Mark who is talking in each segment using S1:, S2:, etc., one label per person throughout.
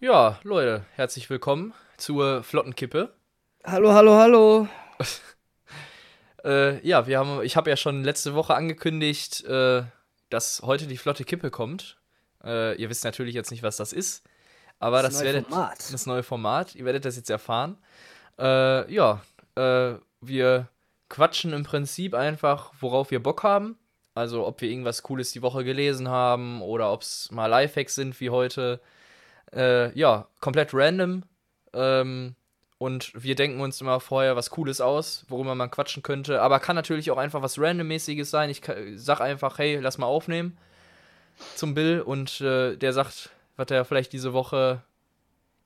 S1: Ja, Leute, herzlich willkommen zur Flottenkippe.
S2: Hallo, hallo, hallo.
S1: Äh, ja, wir haben, ich habe ja schon letzte Woche angekündigt, äh, dass heute die Flotte Kippe kommt. Äh, ihr wisst natürlich jetzt nicht, was das ist, aber das,
S2: neue
S1: werdet
S2: Format.
S1: das neue Format. Ihr werdet das jetzt erfahren. Äh, ja, äh, wir quatschen im Prinzip einfach, worauf wir Bock haben. Also, ob wir irgendwas Cooles die Woche gelesen haben oder ob es mal Lifehacks sind wie heute. Äh, ja, komplett random. Ähm, und wir denken uns immer vorher was Cooles aus, worüber man quatschen könnte. Aber kann natürlich auch einfach was Randommäßiges sein. Ich ka- sag einfach, hey, lass mal aufnehmen zum Bill und äh, der sagt, was er vielleicht diese Woche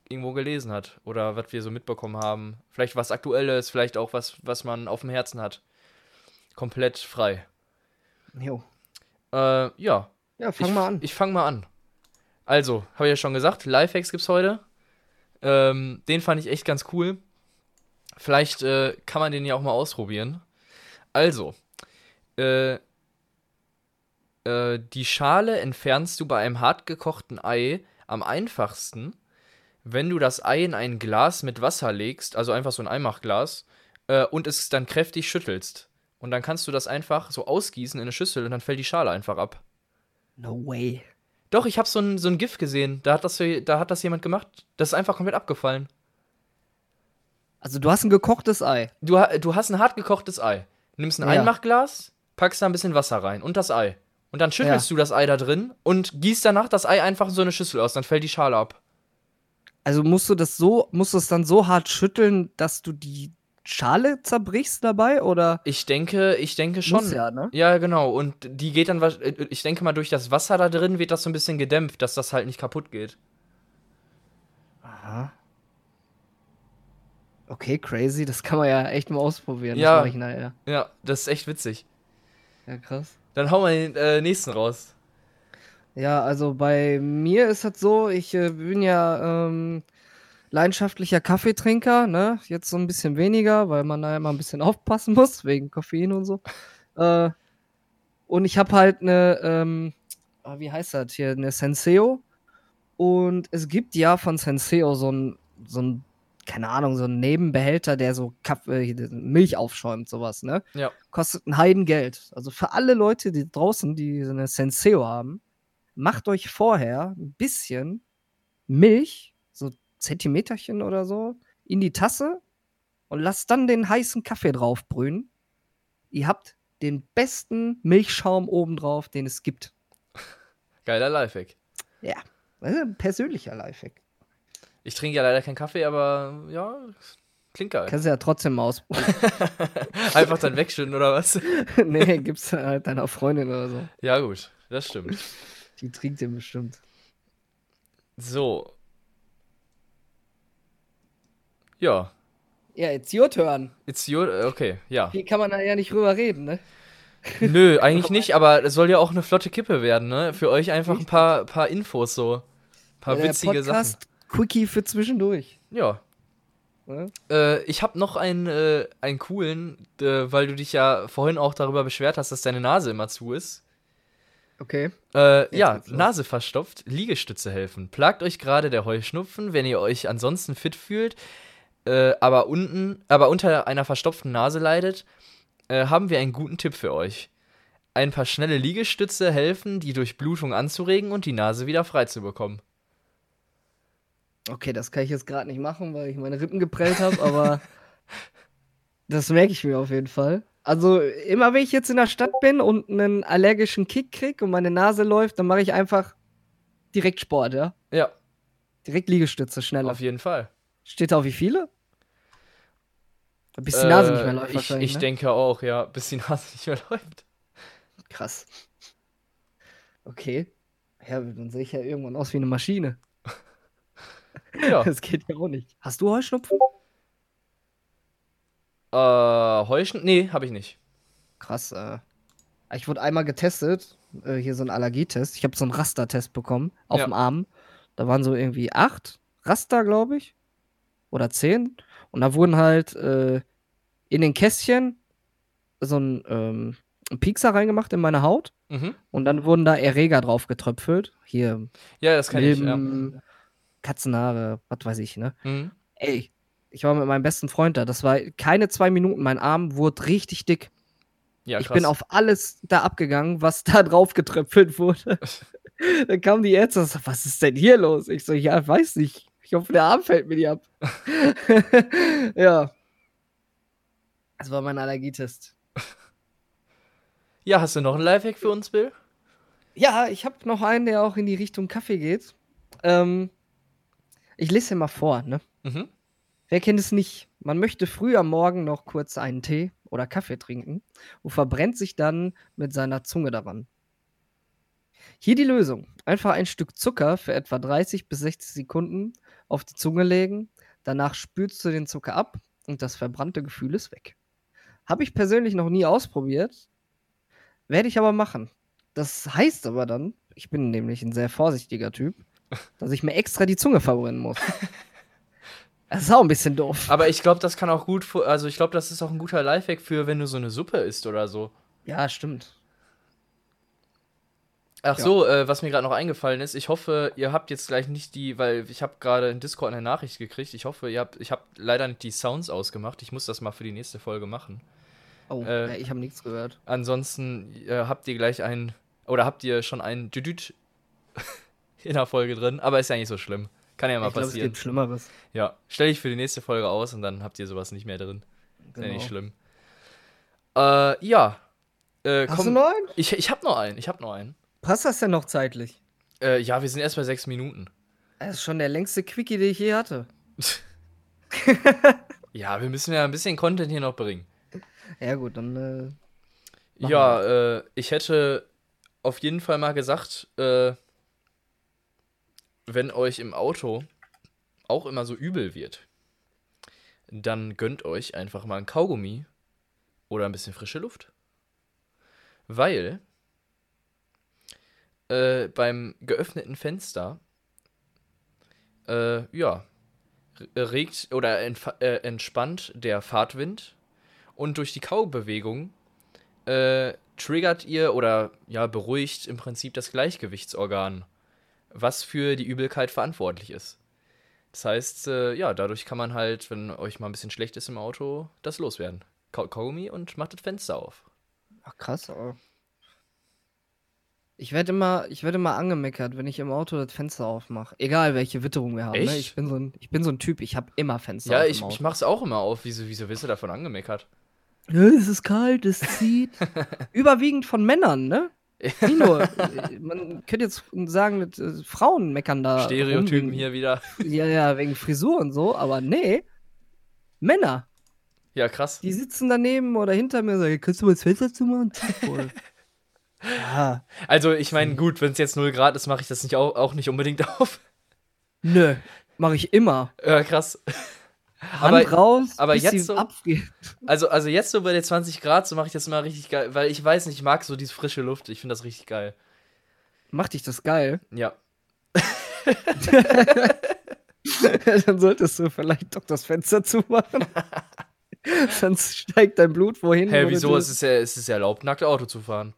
S1: irgendwo gelesen hat oder was wir so mitbekommen haben. Vielleicht was Aktuelles, vielleicht auch was, was man auf dem Herzen hat. Komplett frei.
S2: Jo.
S1: Äh, ja.
S2: Ja, fang
S1: ich,
S2: mal an.
S1: Ich fang mal an. Also, habe ich ja schon gesagt, Lifehacks gibt's heute. Ähm, den fand ich echt ganz cool. Vielleicht äh, kann man den ja auch mal ausprobieren. Also, äh, äh, die Schale entfernst du bei einem hart gekochten Ei am einfachsten, wenn du das Ei in ein Glas mit Wasser legst, also einfach so ein Eimachglas, äh, und es dann kräftig schüttelst. Und dann kannst du das einfach so ausgießen in eine Schüssel und dann fällt die Schale einfach ab.
S2: no way.
S1: Doch, ich habe so ein, so ein GIF gesehen. Da hat, das, da hat das jemand gemacht. Das ist einfach komplett abgefallen.
S2: Also du hast ein gekochtes Ei.
S1: Du, ha- du hast ein hart gekochtes Ei. Nimmst ein
S2: Ja.
S1: Einmachglas, packst da ein bisschen Wasser rein und das Ei. Und dann schüttelst du das Ei da drin und gießt danach das Ei einfach in so eine Schüssel aus. Dann fällt die Schale ab.
S2: Also musst du das so, musst du es dann so hart schütteln, dass du die Schale zerbrichst dabei oder?
S1: Ich denke, ich denke schon.
S2: Muss ja, ne?
S1: Ja, genau. Und die geht dann, wasch- äh, ich denke mal, durch das Wasser da drin wird das so ein bisschen gedämpft, dass das halt nicht kaputt geht.
S2: Aha. Okay, crazy. Das kann man ja echt mal ausprobieren.
S1: Ja.
S2: Das mach ich nachher.
S1: Ja, das ist echt witzig.
S2: Ja, krass.
S1: Dann hau mal den äh, nächsten raus.
S2: Ja, also bei mir ist das so, ich äh, bin ja ähm, leidenschaftlicher Kaffeetrinker, ne? Jetzt so ein bisschen weniger, weil man da immer ein bisschen aufpassen muss, wegen Koffein und so. Äh, und ich habe halt eine, ähm, ah, wie heißt das hier, eine Senseo. Und es gibt ja von Senseo so ein, so ein, keine Ahnung, so ein Nebenbehälter, der so Kaffee, äh, Milch aufschäumt, sowas, ne?
S1: Ja.
S2: Kostet ein Heidengeld. Also für alle Leute, die draußen, die so eine Senseo haben, macht euch vorher ein bisschen Milch, so Zentimeterchen oder so, in die Tasse und lasst dann den heißen Kaffee drauf brühen. Ihr habt den besten Milchschaum obendrauf, den es gibt.
S1: Geiler Lifehack.
S2: Ja, das ist ein persönlicher Lifehack.
S1: Ich trinke ja leider keinen Kaffee, aber ja, klingt geil.
S2: Kannst du ja trotzdem mal ausprobieren.
S1: Einfach dann wegschütten oder was?
S2: nee, gibt's halt deiner Freundin oder so.
S1: Ja, gut, das stimmt.
S2: Die trinkt den bestimmt.
S1: So. Ja,
S2: Ja, jetzt your turn.
S1: it's your. Okay, ja.
S2: Hier kann man da ja nicht drüber reden, ne?
S1: Nö, eigentlich nicht, aber es soll ja auch eine flotte Kippe werden, ne? Für euch einfach ein paar, paar Infos so. Ein paar
S2: Der
S1: witzige Sachen.
S2: Quickie für zwischendurch.
S1: Ja.
S2: Ne?
S1: Äh, ich habe noch einen, äh, einen coolen, äh, weil du dich ja vorhin auch darüber beschwert hast, dass deine Nase immer zu ist.
S2: Okay.
S1: Äh,
S2: Jetzt
S1: ja,
S2: geht's los.
S1: Nase verstopft, Liegestütze helfen. Plagt euch gerade der Heuschnupfen, wenn ihr euch ansonsten fit fühlt, äh, aber unten, aber unter einer verstopften Nase leidet, äh, haben wir einen guten Tipp für euch. Ein paar schnelle Liegestütze helfen, die Durchblutung anzuregen und die Nase wieder frei zu bekommen.
S2: Okay, das kann ich jetzt gerade nicht machen, weil ich meine Rippen geprellt habe, aber das merke ich mir auf jeden Fall. Also immer wenn ich jetzt in der Stadt bin und einen allergischen Kick krieg und meine Nase läuft, dann mache ich einfach direkt Sport, ja?
S1: Ja,
S2: Direkt Liegestütze, schneller.
S1: auf jeden Fall.
S2: Steht da, wie viele? Bis die Nase nicht mehr läuft
S1: Äh, Ich,
S2: wahrscheinlich,
S1: ich
S2: ne?
S1: denke auch, ja, bis die Nase nicht mehr läuft.
S2: Krass. Okay. Ja, dann sehe ich ja irgendwann aus wie eine Maschine.
S1: Ja,
S2: Das geht ja auch nicht. Hast du Heuschnupfen?
S1: äh, Heuschnupfen? Nee, habe ich nicht.
S2: Krass, äh. Ich wurde einmal getestet, äh, hier so ein Allergietest. Ich habe so einen Rastertest bekommen auf
S1: Ja.
S2: dem Arm. Da waren so irgendwie acht Raster, glaube ich. Oder zehn. Und da wurden halt äh, in den Kästchen so ein ähm, Piekser reingemacht in meine Haut.
S1: Mhm.
S2: Und dann wurden da Erreger drauf getröpfelt. Hier
S1: Ja, das kann ich. Ja.
S2: Milben, Katzenhaare, was weiß ich, ne?
S1: Mhm.
S2: Ey, ich war mit meinem besten Freund da. Das war keine zwei Minuten. Mein Arm wurde richtig dick.
S1: Ja,
S2: ich bin auf alles da abgegangen, was da drauf getröpfelt wurde. Dann kamen die Ärzte und sagten, was ist denn hier los? Ich so, ja, weiß nicht. Ich hoffe, der Arm fällt mir nicht ab. ja. Das war mein Allergietest.
S1: Ja, hast du noch einen Lifehack für uns, Bill?
S2: Ja, ich habe noch einen, der auch in die Richtung Kaffee geht. Ähm, ich lese dir mal vor, ne?
S1: Mhm.
S2: Wer kennt es nicht? Man möchte früh am Morgen noch kurz einen Tee oder Kaffee trinken und verbrennt sich dann mit seiner Zunge daran. Hier die Lösung. Einfach ein Stück Zucker für etwa 30 bis 60 Sekunden auf die Zunge legen. Danach spülst du den Zucker ab und das verbrannte Gefühl ist weg. Habe ich persönlich noch nie ausprobiert, werde ich aber machen. Das heißt aber dann, ich bin nämlich ein sehr vorsichtiger Typ, dass ich mir extra die Zunge verbrennen muss. Das ist auch ein bisschen doof.
S1: Aber ich glaube, das kann auch gut, fu- also ich glaube, das ist auch ein guter Lifehack für, wenn du so eine Suppe isst oder so.
S2: Ja, stimmt.
S1: Ach
S2: Ja.
S1: so, äh, was mir gerade noch eingefallen ist, ich hoffe, ihr habt jetzt gleich nicht die, weil ich habe gerade in Discord eine Nachricht gekriegt. Ich hoffe, ihr habt, ich habe leider nicht die Sounds ausgemacht. Ich muss das mal für die nächste Folge machen.
S2: Oh,
S1: Äh,
S2: ja, ich habe nichts gehört.
S1: Ansonsten äh, habt ihr gleich einen, oder habt ihr schon einen Düdüt in der Folge drin, aber ist ja nicht so schlimm. Kann ja mal
S2: Ich glaube, es
S1: passieren.
S2: gibt Schlimmeres.
S1: Ja, stelle ich für die nächste Folge aus und dann habt ihr sowas nicht mehr drin. Ist ja nicht
S2: Genau.
S1: schlimm. Äh, ja. Äh,
S2: Hast
S1: komm,
S2: du noch einen?
S1: Ich, ich hab noch einen, ich hab noch einen.
S2: Passt das denn noch zeitlich?
S1: Äh, ja, wir sind erst bei sechs Minuten.
S2: Das ist schon der längste Quickie, den ich je hatte.
S1: Ja, wir müssen ja ein bisschen Content hier noch bringen.
S2: Ja, gut, dann. Äh, Machen
S1: ja, äh, ich hätte auf jeden Fall mal gesagt, äh, wenn euch im Auto auch immer so übel wird, dann gönnt euch einfach mal ein Kaugummi oder ein bisschen frische Luft. Weil äh, beim geöffneten Fenster, äh, ja, re- regt oder entfa- äh, entspannt der Fahrtwind und durch die Kaubewegung äh, triggert ihr oder ja beruhigt im Prinzip das Gleichgewichtsorgan, was für die Übelkeit verantwortlich ist. Das heißt, äh, ja, dadurch kann man halt, wenn euch mal ein bisschen schlecht ist im Auto, das loswerden. Kau Kaugummi und macht das Fenster auf.
S2: Ach, krass, aber. Ich werde immer, ich werd immer angemeckert, wenn ich im Auto das Fenster aufmache. Egal, welche Witterung wir haben. Ne?
S1: Echt?
S2: Ich, bin so ein, ich bin so ein Typ, ich habe immer Fenster
S1: ja,
S2: auf.
S1: ich,
S2: im
S1: ich
S2: Auto. Ah,
S1: mach's auch immer auf. Wieso, wieso wirst du davon angemeckert?
S2: Ja, es ist kalt, es zieht. Überwiegend von Männern, ne? Nicht nur. äh, Man könnte jetzt sagen, dass, äh, Frauen meckern da. rum
S1: Stereotypen
S2: wegen-
S1: hier wieder.
S2: Ja, ja, wegen Frisur und so, aber nee. Männer,
S1: Ja, krass.
S2: die sitzen daneben oder hinter mir und sagen, kannst du mal das Fenster zumachen? Zieh voll. ja,
S1: Also, ich meine, gut, wenn es jetzt 0 Grad ist, mache ich das nicht auch, auch nicht unbedingt auf.
S2: nö, mache ich immer.
S1: Ja, krass.
S2: Hand raus,
S1: aber
S2: bis
S1: jetzt
S2: sie
S1: so-
S2: abfriert.
S1: Also, also jetzt so bei den 20 Grad, so mache ich das immer richtig geil, weil ich weiß nicht, ich mag so diese frische Luft. Ich finde das richtig geil.
S2: Macht dich das geil?
S1: Ja.
S2: Dann solltest du vielleicht doch das Fenster zumachen. Sonst steigt dein Blut wohin.
S1: Hä,
S2: wo du
S1: wieso?
S2: dir-
S1: Es ist, ja, es ist ja erlaubt, nackt Auto zu fahren.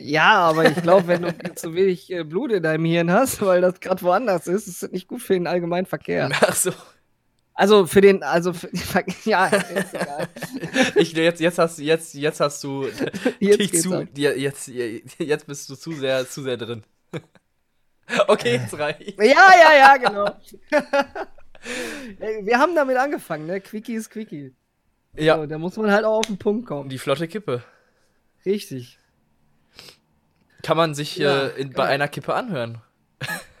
S2: Ja, aber ich glaube, wenn du zu wenig äh, Blut in deinem Hirn hast, weil das gerade woanders ist, ist das nicht gut für den allgemeinen Verkehr.
S1: Ach so.
S2: Also für den, also für, ja, ist egal.
S1: Ich, jetzt, jetzt hast du, jetzt, jetzt hast du
S2: Jetzt
S1: dich
S2: geht's
S1: zu,
S2: ab.
S1: dir- jetzt, jetzt bist du zu sehr, zu sehr drin. Okay,
S2: Äh.
S1: jetzt reicht.
S2: Ja, ja, ja, genau. Ey, Wir haben damit angefangen, ne? Quickie ist Quickie.
S1: Ja,
S2: So, da muss man halt auch auf den Punkt kommen.
S1: die flotte Kippe.
S2: Richtig.
S1: Kann man sich
S2: Ja,
S1: äh, in, bei
S2: geil.
S1: einer Kippe anhören.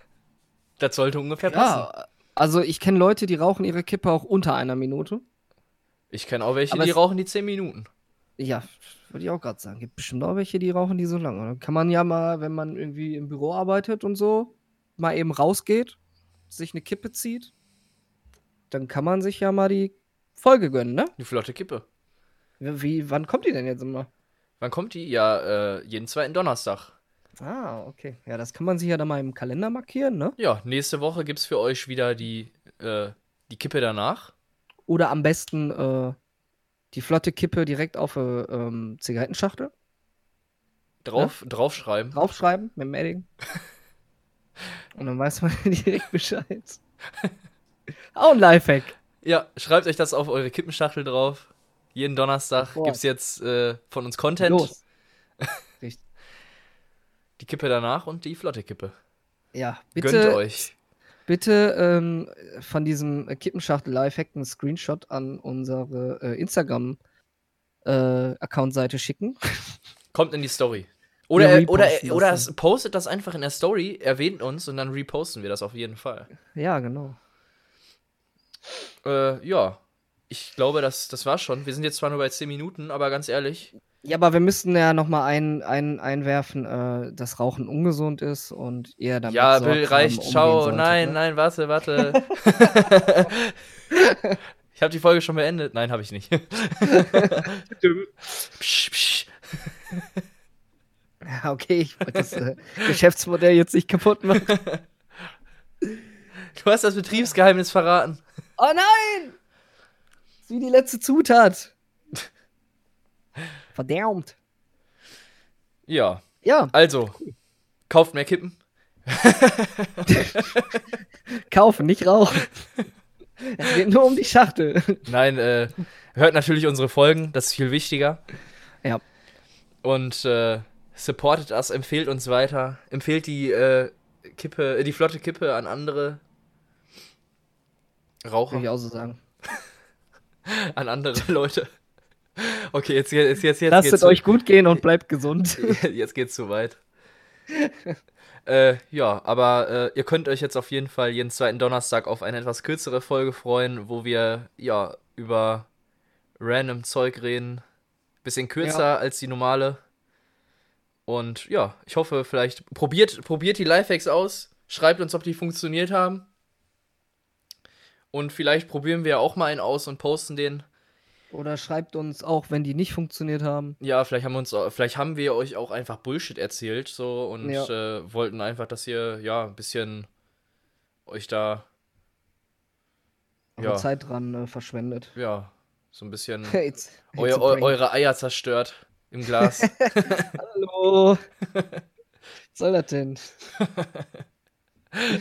S1: Das sollte ungefähr passen.
S2: Ja, also ich kenne Leute, die rauchen ihre Kippe auch unter einer Minute.
S1: Ich kenne auch welche,
S2: Aber
S1: die
S2: es-
S1: rauchen die 10 Minuten.
S2: Ja, würde ich auch gerade sagen. Gibt bestimmt auch welche, die rauchen die so lange. Dann kann man ja mal, wenn man irgendwie im Büro arbeitet und so, mal eben rausgeht, sich eine Kippe zieht, dann kann man sich ja mal die Folge gönnen, ne?
S1: Die flotte Kippe.
S2: Wie, wann kommt die denn jetzt immer?
S1: Wann kommt die? Ja, äh, jeden zweiten Donnerstag.
S2: Ah, okay. Ja, das kann man sich ja dann mal im Kalender markieren, ne?
S1: Ja, nächste Woche gibt's für euch wieder die, äh, die Kippe danach.
S2: Oder am besten äh, die flotte Kippe direkt auf eine ähm, Zigarettenschachtel
S1: Drauf, Draufschreiben.
S2: draufschreiben mit dem Edding. Und dann weiß man direkt Bescheid. Auch ein Lifehack.
S1: Ja, schreibt euch das auf eure Kippenschachtel drauf. Jeden Donnerstag
S2: Boah.
S1: gibt's jetzt äh, von uns Content.
S2: Los.
S1: Die Kippe danach und die flotte Kippe.
S2: Ja,
S1: Gönnt
S2: bitte,
S1: euch.
S2: bitte ähm, von diesem äh, Kippenschachtel-Lifehack einen Screenshot an unsere äh, Instagram-Account-Seite schicken.
S1: Kommt in die Story. Oder, äh,
S2: reposten
S1: oder,
S2: das
S1: oder
S2: dann.
S1: es postet das einfach in der Story, erwähnt uns und dann reposten wir das auf jeden Fall.
S2: Ja, genau.
S1: Äh, ja, ich glaube, das, das war's schon. Wir sind jetzt zwar nur bei 10 Minuten, aber ganz ehrlich,
S2: Ja, aber wir müssen ja nochmal ein, ein, einwerfen, äh, dass Rauchen ungesund ist und ihr damit
S1: ja,
S2: sorgsam
S1: Bill reicht,
S2: umgehen
S1: ciao,
S2: solltet,
S1: nein,
S2: ne?
S1: nein, warte, warte. ich habe die Folge schon beendet. Nein, habe ich nicht. psch, psch.
S2: Ja, okay, ich wollte das äh, Geschäftsmodell jetzt nicht kaputt machen.
S1: Du hast das Betriebsgeheimnis verraten.
S2: Oh nein! Das ist wie die letzte Zutat. Verdammt.
S1: Ja,
S2: Ja,
S1: also, kauft mehr Kippen.
S2: kaufen, nicht rauchen. Es geht nur um die Schachtel.
S1: Nein, äh, hört natürlich unsere Folgen, das ist viel wichtiger.
S2: Ja.
S1: Und äh, supportet us, empfehlt uns weiter, empfehlt die äh, Kippe, äh, die flotte Kippe an andere Raucher,
S2: Würde ich auch so sagen.
S1: an andere Leute. Okay, jetzt jetzt jetzt jetzt
S2: Lasst
S1: geht's
S2: es
S1: zu,
S2: euch gut gehen und bleibt gesund.
S1: jetzt geht's zu weit. äh, ja, aber äh, ihr könnt euch jetzt auf jeden Fall jeden zweiten Donnerstag auf eine etwas kürzere Folge freuen, wo wir ja über random Zeug reden. Bisschen kürzer als die normale. Und ja, ich hoffe, vielleicht probiert, probiert die Lifehacks aus. Schreibt uns, ob die funktioniert haben. Und vielleicht probieren wir auch mal einen aus und posten den.
S2: Oder schreibt uns auch, wenn die nicht funktioniert haben.
S1: Ja, vielleicht haben wir uns, vielleicht haben wir euch auch einfach Bullshit erzählt so und
S2: Ja.
S1: äh, wollten einfach, dass ihr ja ein bisschen euch da
S2: Ja.
S1: ja, Hm.
S2: Zeit dran äh, verschwendet.
S1: ja so ein bisschen
S2: Jetzt-
S1: eu,
S2: jetzt
S1: eu,
S2: bring-
S1: eure Eier zerstört im Glas.
S2: Hallo. Was soll das denn?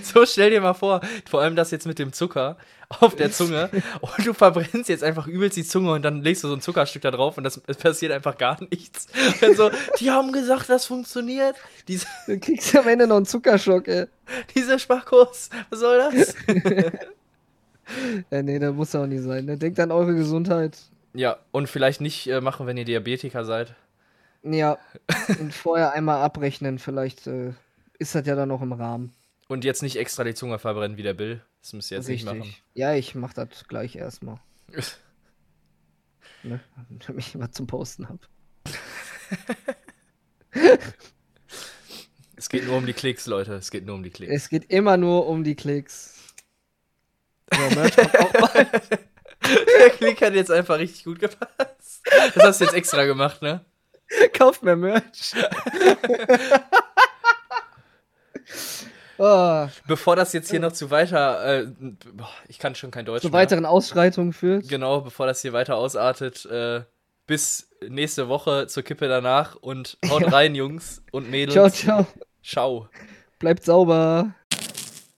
S1: so stell dir mal vor, vor allem das jetzt mit dem Zucker auf der Zunge und du verbrennst jetzt einfach übelst die Zunge und dann legst du so ein Zuckerstück da drauf und das es passiert einfach gar nichts. Und dann so, die haben gesagt, das funktioniert. Diese,
S2: Du kriegst am Ende noch einen Zuckerschock, ey.
S1: dieser Sparkurs, was soll das?
S2: Äh, nee, das muss ja auch nicht sein. Ne? Denkt an eure Gesundheit.
S1: Ja, und vielleicht nicht äh, machen, wenn ihr Diabetiker seid.
S2: Ja. Und vorher einmal abrechnen, vielleicht äh, ist das ja dann noch im Rahmen.
S1: Und jetzt nicht extra die Zunge verbrennen wie der Bill. Das müsst ihr jetzt nicht
S2: Richtig. Ja, ich mach das gleich erstmal.
S1: machen.
S2: Ne? Damit ich was zum Posten hab.
S1: Es geht nur um die Klicks, Leute. Es geht nur um die Klicks.
S2: Es geht immer nur um die Klicks. So, Merch kommt auch bald.
S1: Der Klick hat jetzt einfach richtig gut gepasst. Das hast du jetzt extra gemacht, ne?
S2: Kauft mehr Merch. oh,
S1: Bevor das jetzt hier noch zu weiter. Äh, boah, ich kann schon kein Deutsch
S2: zu
S1: mehr.
S2: weiteren Ausschreitungen führt.
S1: Genau, bevor das hier weiter ausartet. Äh, bis nächste Woche zur Kippe danach. Und haut rein, Jungs und Mädels.
S2: Ciao, ciao.
S1: Ciao.
S2: Bleibt sauber.